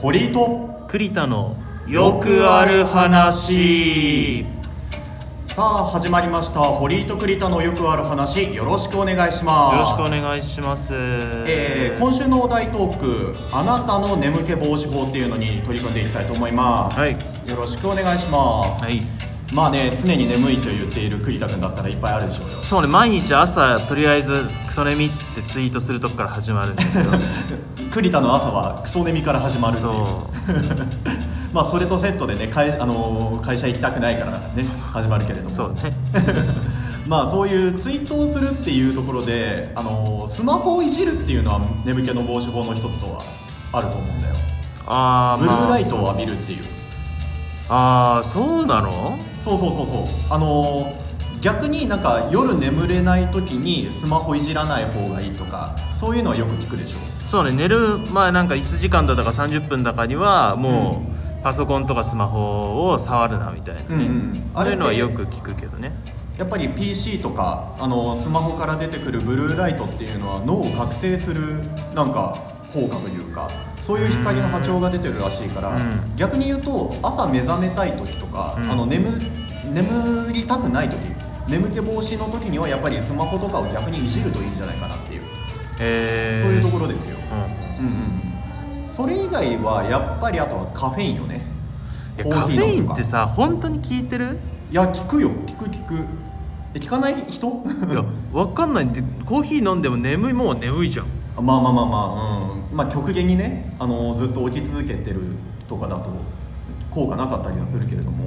堀井と栗田のよくある話さあ始まりました堀井と栗田のよくある話よろしくお願いしよろしくおます願いします、えー今週のお題トーク「あなたの眠気防止法」っていうのに取り組んでいきたいと思います、はいよろしくお願いします、はいまあね常に眠いと言っている栗田君だったらいっぱいあるでしょうよ そうね毎日朝とりあえずクソネミってツイートするとこから始まるんです けど栗田の朝はクソ眠から始まるっていうそ まあそれとセットでねかい、あのー会社行きたくないからね始まるけれどもそうね まあそういうツイートをするっていうところで、あのースマホをいじるっていうのは眠気の防止法の一つとはあると思うんだよあーブルーまラあイトを浴びるっていうあーそうなのそうそうそうそうあのー逆になんか夜眠れない時にスマホいじらない方がいいとかそういうのはよく聞くでしょそうね寝る前なんか1時間だとか30分だかにはもう、パソコンとかスマホを触るなみたいなね、うんうんあそうれっていうのはよく聞くけどねやっぱり PC とかあのスマホから出てくるブルーライトっていうのは脳を覚醒するなんか効果というかそういう光の波長が出てるらしいから、うん逆に言うと朝目覚めたい時とか、うんあの眠眠りたくない時眠気防止の時にはやっぱりスマホとかを逆にいじるといいんじゃないかなっていう、えー、そういうところ、ろですよ、うんうんうんうん、それ以外はやっぱりあとはカフェインよねいやコカーフヒー飲ェイむンとっかてさ本当に効い てるいや聞くよ聞く聞くえ聞かない人いやわかんないでコーヒー飲んでも眠いもんは眠いじゃんまあまあまあまあ、うん、まあ極限にね、あのずっと置き続けてるとかだと効果なかったりはするけれども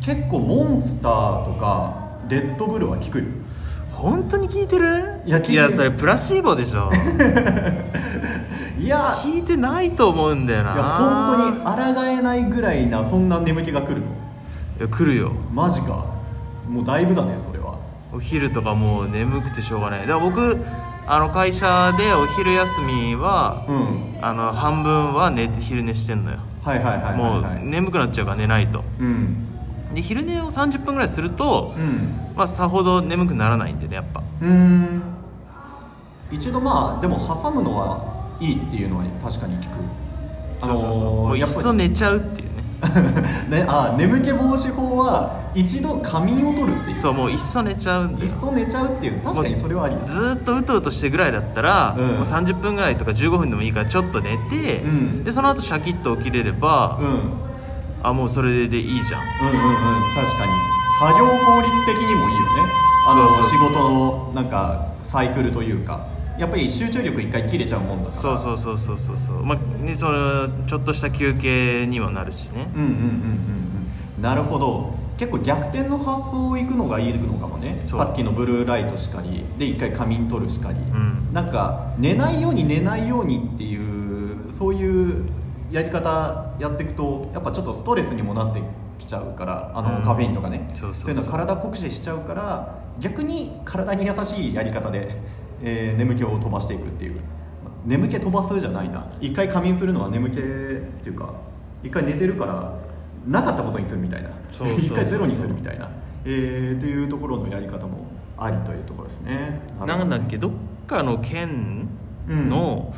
結構モンスターとかレッドブルは効くよ本当に効いてるいや効いてるそれプラシーボで しょいや効いてないと思うんだよいなや本当に抗えないぐらいなそんな眠気が来るのいや来るよマジかもうだいぶだねそれはお昼とかもう眠くてしょうがないだから僕あの会社でお昼休みはう、んあの半分は寝て昼寝してんのよ、はいはいはいはいはいもう眠くなっちゃうから寝ないとうんで昼寝を30分ぐらいするとう、んまあさほど眠くならないんでねやっぱうーん一度まあでも挟むのはいいっていうのは確かに効くあのーそうそうそうもういやっっぱりそ寝ちゃうっていうね ね、あ眠気防止法は一度仮眠を取るっていうそうもういっそ寝ちゃうんだいよっそ寝ちゃうっていう確かにそれはありだずーっとうとうとしてぐらいだったら、うんもう30分ぐらいとか15分でもいいからちょっと寝て、うんでその後シャキッと起きれれば、うんうんうんうんあもうそれでいいじゃん確かに作業効率的にもいいよねあのそうそう仕事のなんかサイクルというかやっぱり集中力一回切れちゃうもんだからそうそうそうそうそうそうまあねそのちょっとした休憩にもなるしねうんうんうんうんうんなるほど結構逆転の発想をいくのがいいのかもねそうさっきのブルーライトしかりで一回仮眠取るしかり、んなんか寝ないように寝ないようにっていうそういうやり方やっていくとやっぱちょっとストレスにもなってきちゃうからあの、うんカフェインとかねそうそうそういうの体酷使しちゃうから逆に体に優しいやり方で、 えー眠気を飛ばしていくっていう眠気飛ばすじゃないな一回仮眠するのは眠気っていうか一回寝てるからなかったことにするみたいなそうそうそう一回ゼロにするみたいな、えーというところのやり方もありというところですねなんだっけどっかの県の、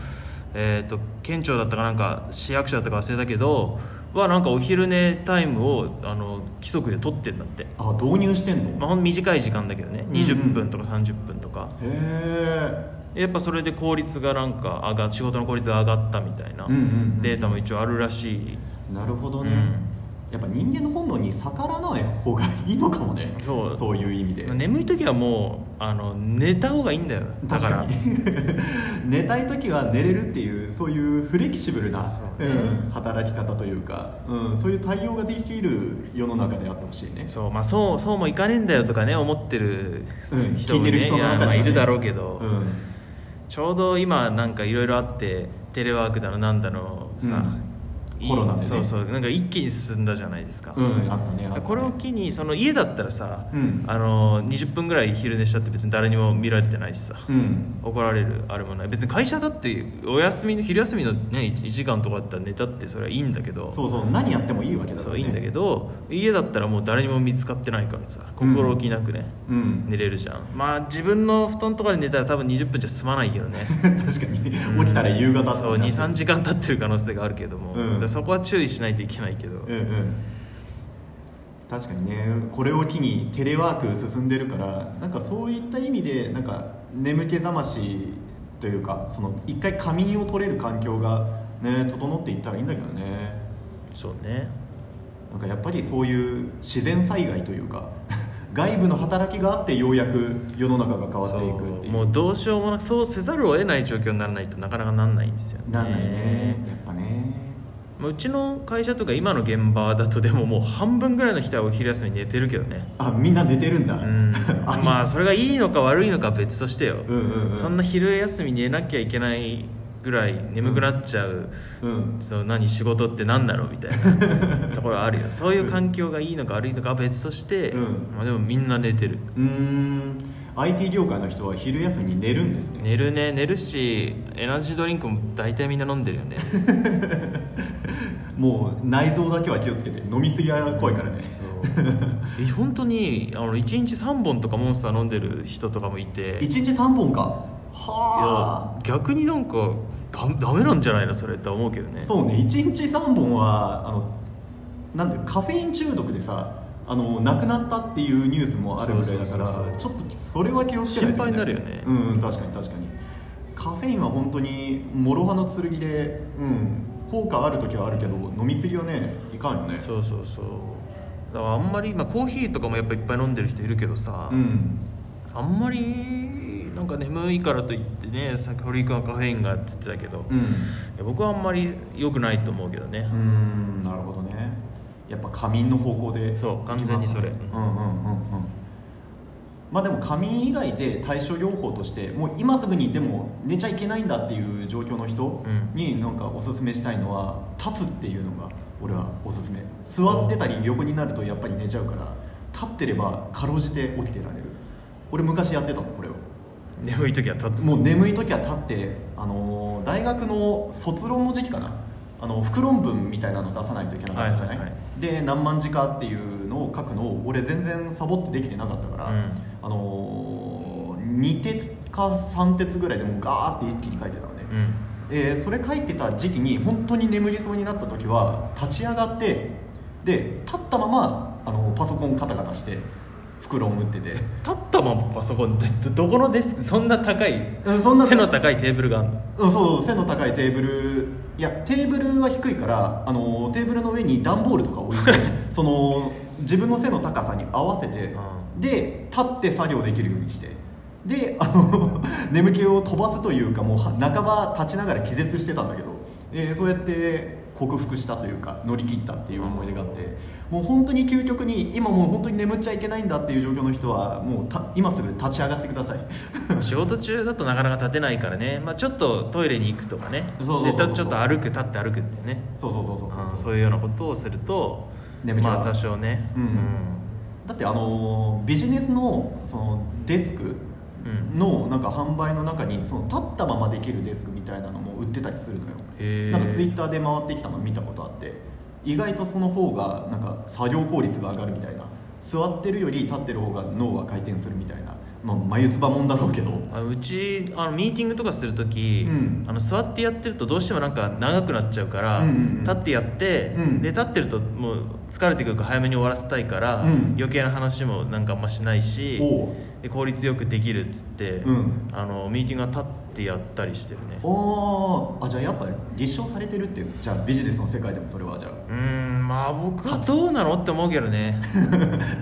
えー、と県庁だったかなんか市役所だったか忘れたけどはなんかお昼寝タイムをあの規則で取ってんだって、あ導入してんの、まあ、ほんと短い時間だけどねうんうん20分とか30分とか、へえやっぱそれで効率がなんか上が仕事の効率が上がったみたいなうんうんうんデータも一応あるらしい、なるほどね、うんやっぱ人間の本能に逆らわない方がいいのかもねそういう意味で、眠い時はもうあの寝た方がいいんだよだ確かからに寝たい時は寝れるっていうそういうフレキシブルな、そうねうん働き方というか、うん、そういう対応ができる世の中であってほしいねそうまあ、そうそうもいかねえんだよとかね思ってるうん人も、聞ねいてる人の中にはねやまあいるだろうけど、うんちょうど今なんかいろいろあってテレワークだのなんだのさ、うんいコロナでねそうそうなんか一気に進んだじゃないですか、うんあったねあったねこれを機にその家だったらさ、うんあの20分ぐらい昼寝したって別に誰にも見られてないしさ、うん怒られるあれもない別に会社だってお休みの昼休みのね 1, 時間とかだったら寝たってそれはいいんだけどそうそう何やってもいいわけだから、ね、そういいんだけど家だったらもう誰にも見つかってないからさ心置きなくね、うん 寝れるじゃんまあ自分の布団とかで寝たら多分20分じ ゃ済まないけどね確かに起きたら夕方とかそうになって23時間経ってる可能性があるけども、うんだからからそこは注意しないといけないけど、うんうん確かにねこれを機にテレワーク進んでるからなんかそういった意味でなんか眠気覚ましというかその一回仮眠を取れる環境がね整っていったらいいんだけどねそうねなんかやっぱりそういう自然災害というか 外部の働きがあってようやく世の中が変わっていくってそういうもうどうしようもなくそうせざるを得ない状況にならないとなかなかなんないんですよねなんないねやっぱねまあうちの会社とか今の現場だとでももう半分ぐらいの人はお昼休み寝てるけどねあみんな寝てるんだ、うん あまあそれがいいのか悪いのかは別としてよ、うんうんうんそんな昼休み寝なきゃいけないぐらい眠くなっちゃう、うんその何仕事って何だろうみたいなところ あるよそういう環境がいいのか悪いのかは別として、うんまあ、でもみんな寝てるうーん IT 業界の人は昼休みに寝るんですね寝るね寝るしエナジードリンクも大体みんな飲んでる よねもう内臓だけは気をつけて飲みすぎは怖いからねそうえ本当にあの1日3本とかモンスター飲んでる人とかもいて1日3本かいはや逆になんかダダメなんじゃないのそれって思うけどあねそうね1日3本はあのなんだカフェイン中毒でさあの亡くなったっていうニュースもあるぐらいだからそうそうそうちょっとそれは気をつけないといけ心配になるよねうんうん確かに確かにカフェインは本当に諸刃の剣で、うん、効果ある時はあるけど飲みすぎはねいかんよねそうそうそうだからあんまり、まあ、コーヒーとかもやっぱいっぱい飲んでる人いるけどさ、うんあんまりなんか眠いからといってねさっき堀井君はカフェインがっつってたけど、ういんや僕はあんまり良くないと思うけどねうー、んなるほどねやっぱ仮眠の方向でそいうき完全にますそれねうんうんうんうんまあでも仮眠以外で対処療法としてもう今すぐにでも寝ちゃいけないんだっていう状況の人うんになんかおすすめしたいのは立つっていうのが俺はおすすめ座ってたり横になるとやっぱり寝ちゃうから立ってればかろうじて起きてられる俺昔やってたのこれを眠い時は立つもう眠い時は立って、あのー大学の卒論の時期かなあの副論文みたいなの出さないといけなかったじゃない,、はいはいはで何万字かっていうのを書くのを俺全然サボってできてなかったから、うんあのー、2鉄か3鉄ぐらいでもうガーって一気に書いてたのね、うんえーそれ書いてた時期に本当に眠りそうになった時は立ち上がってで立ったままあのパソコンカタカタして副論打ってて。立ったままパソコンってどどこのデスクそんな高いうんそんな背の高いテーブルがあるのうんそうそう背の高いテーブルいやテーブルは低いからあのテーブルの上に段ボールとか置いてその自分の背の高さに合わせて、うで立って作業できるようにしてであの 眠気を飛ばすというかもうは半ば立ちながら気絶してたんだけど、えーそうやって克服したというか乗り切ったっていう思い出があってもう本当に究極に今もう本当に眠っちゃいけないんだっていう状況の人はもうた今すぐ立ち上がってください。仕事中だとなかなか立てないからね、まあ、ちょっとトイレに行くとかねそうそうそうそうでちょっと歩く立って歩くってねそうそうそうそうそううんそそうういうようなことをすると眠気はまあ多少ねうんだってあのービジネスのそのデスクうんのなんか販売の中にその立ったままできるデスクみたいなのも売ってたりするのよへーなんかツイッターで回ってきたの見たことあって意外とその方がなんか作業効率が上がるみたいな座ってるより立ってる方が脳が回転するみたいな、まあ、眉唾もんだろうけどあうちあのミーティングとかするとき、うんあの座ってやってるとどうしてもなんか長くなっちゃうから、うんうんうん立ってやって、うんで立ってるともう疲れてくるから早めに終わらせたいから、うん余計な話もなんかあんましないしおうで効率よくできるっつって、うんあのミーティングは立ってやったりしてるねおーあじゃあやっぱ立証されてるっていうじゃあビジネスの世界でもそれはじゃあ うーんまあ僕はどうなのって思うけどね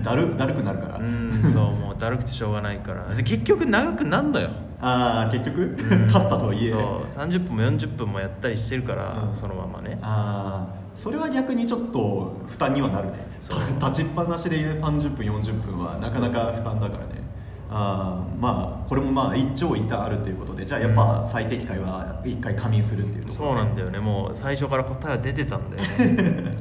だるだるくなるから、うんそうもうだるくてしょうがないからで結局長くなんのよああ結局、う ん立ったとはいえそう30分も40分もやったりしてるから、うんそのままねああそれは逆にちょっと負担にはなるねそうた立ちっぱなしで30分40分はなかなか負担だからねああまあこれもまあ一長一短あるということでじゃあやっぱ最適解は一回仮眠するっていうとこそうろ、なんだよねもう最初から答えは出てたんだよ ね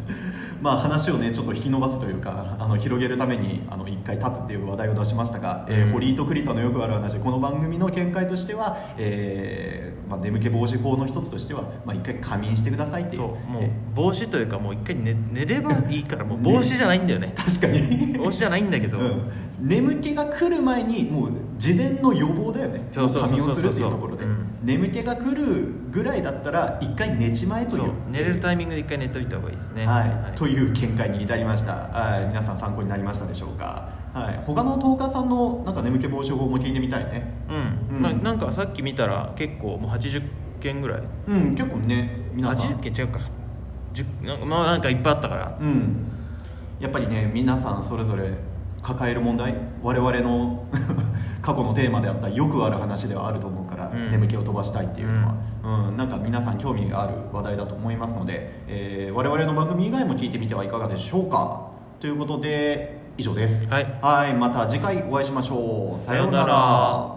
まあ話をねちょっと引き伸ばすというかあの広げるためにあの一回立つっていう話題を出しましたが、えーうん堀井と栗田のよくある話この番組の見解としては、えーまあ、眠気防止法の一つとしては、まあ、一回仮眠してくださいっていうそうもえう帽子というかもう一回寝寝ればいいからも う帽子じゃないんだよね確かに帽子じゃないんだけど、うん、眠気が来る前にもう事前の予防だよねそうそうそう仮眠をするっていうところで、うん眠気が来るぐらいだったら一回寝ちまえとそいうう寝れるタイミングで一回寝ておいた方がいいですねはいという見解に至りましたはい皆さん参考になりましたでしょうか、はい、他のトーカーさんのなんか眠気防止法も聞いてみたいねうん、うんまあ、なんかさっき見たら結構もう80件ぐらいうん結構ね皆さん80件違うか10なんかまあなんかいっぱいあったからうん、やっぱりね皆さんそれぞれ抱える問題我々の 過去のテーマであったよくある話ではあると思うから、うん眠気を飛ばしたいっていうのは、うん、なんか皆さん興味がある話題だと思いますので、えー我々の番組以外も聞いてみてはいかがでしょうかということで以上ですはいはいまた次回お会いしましょうさようなさようなら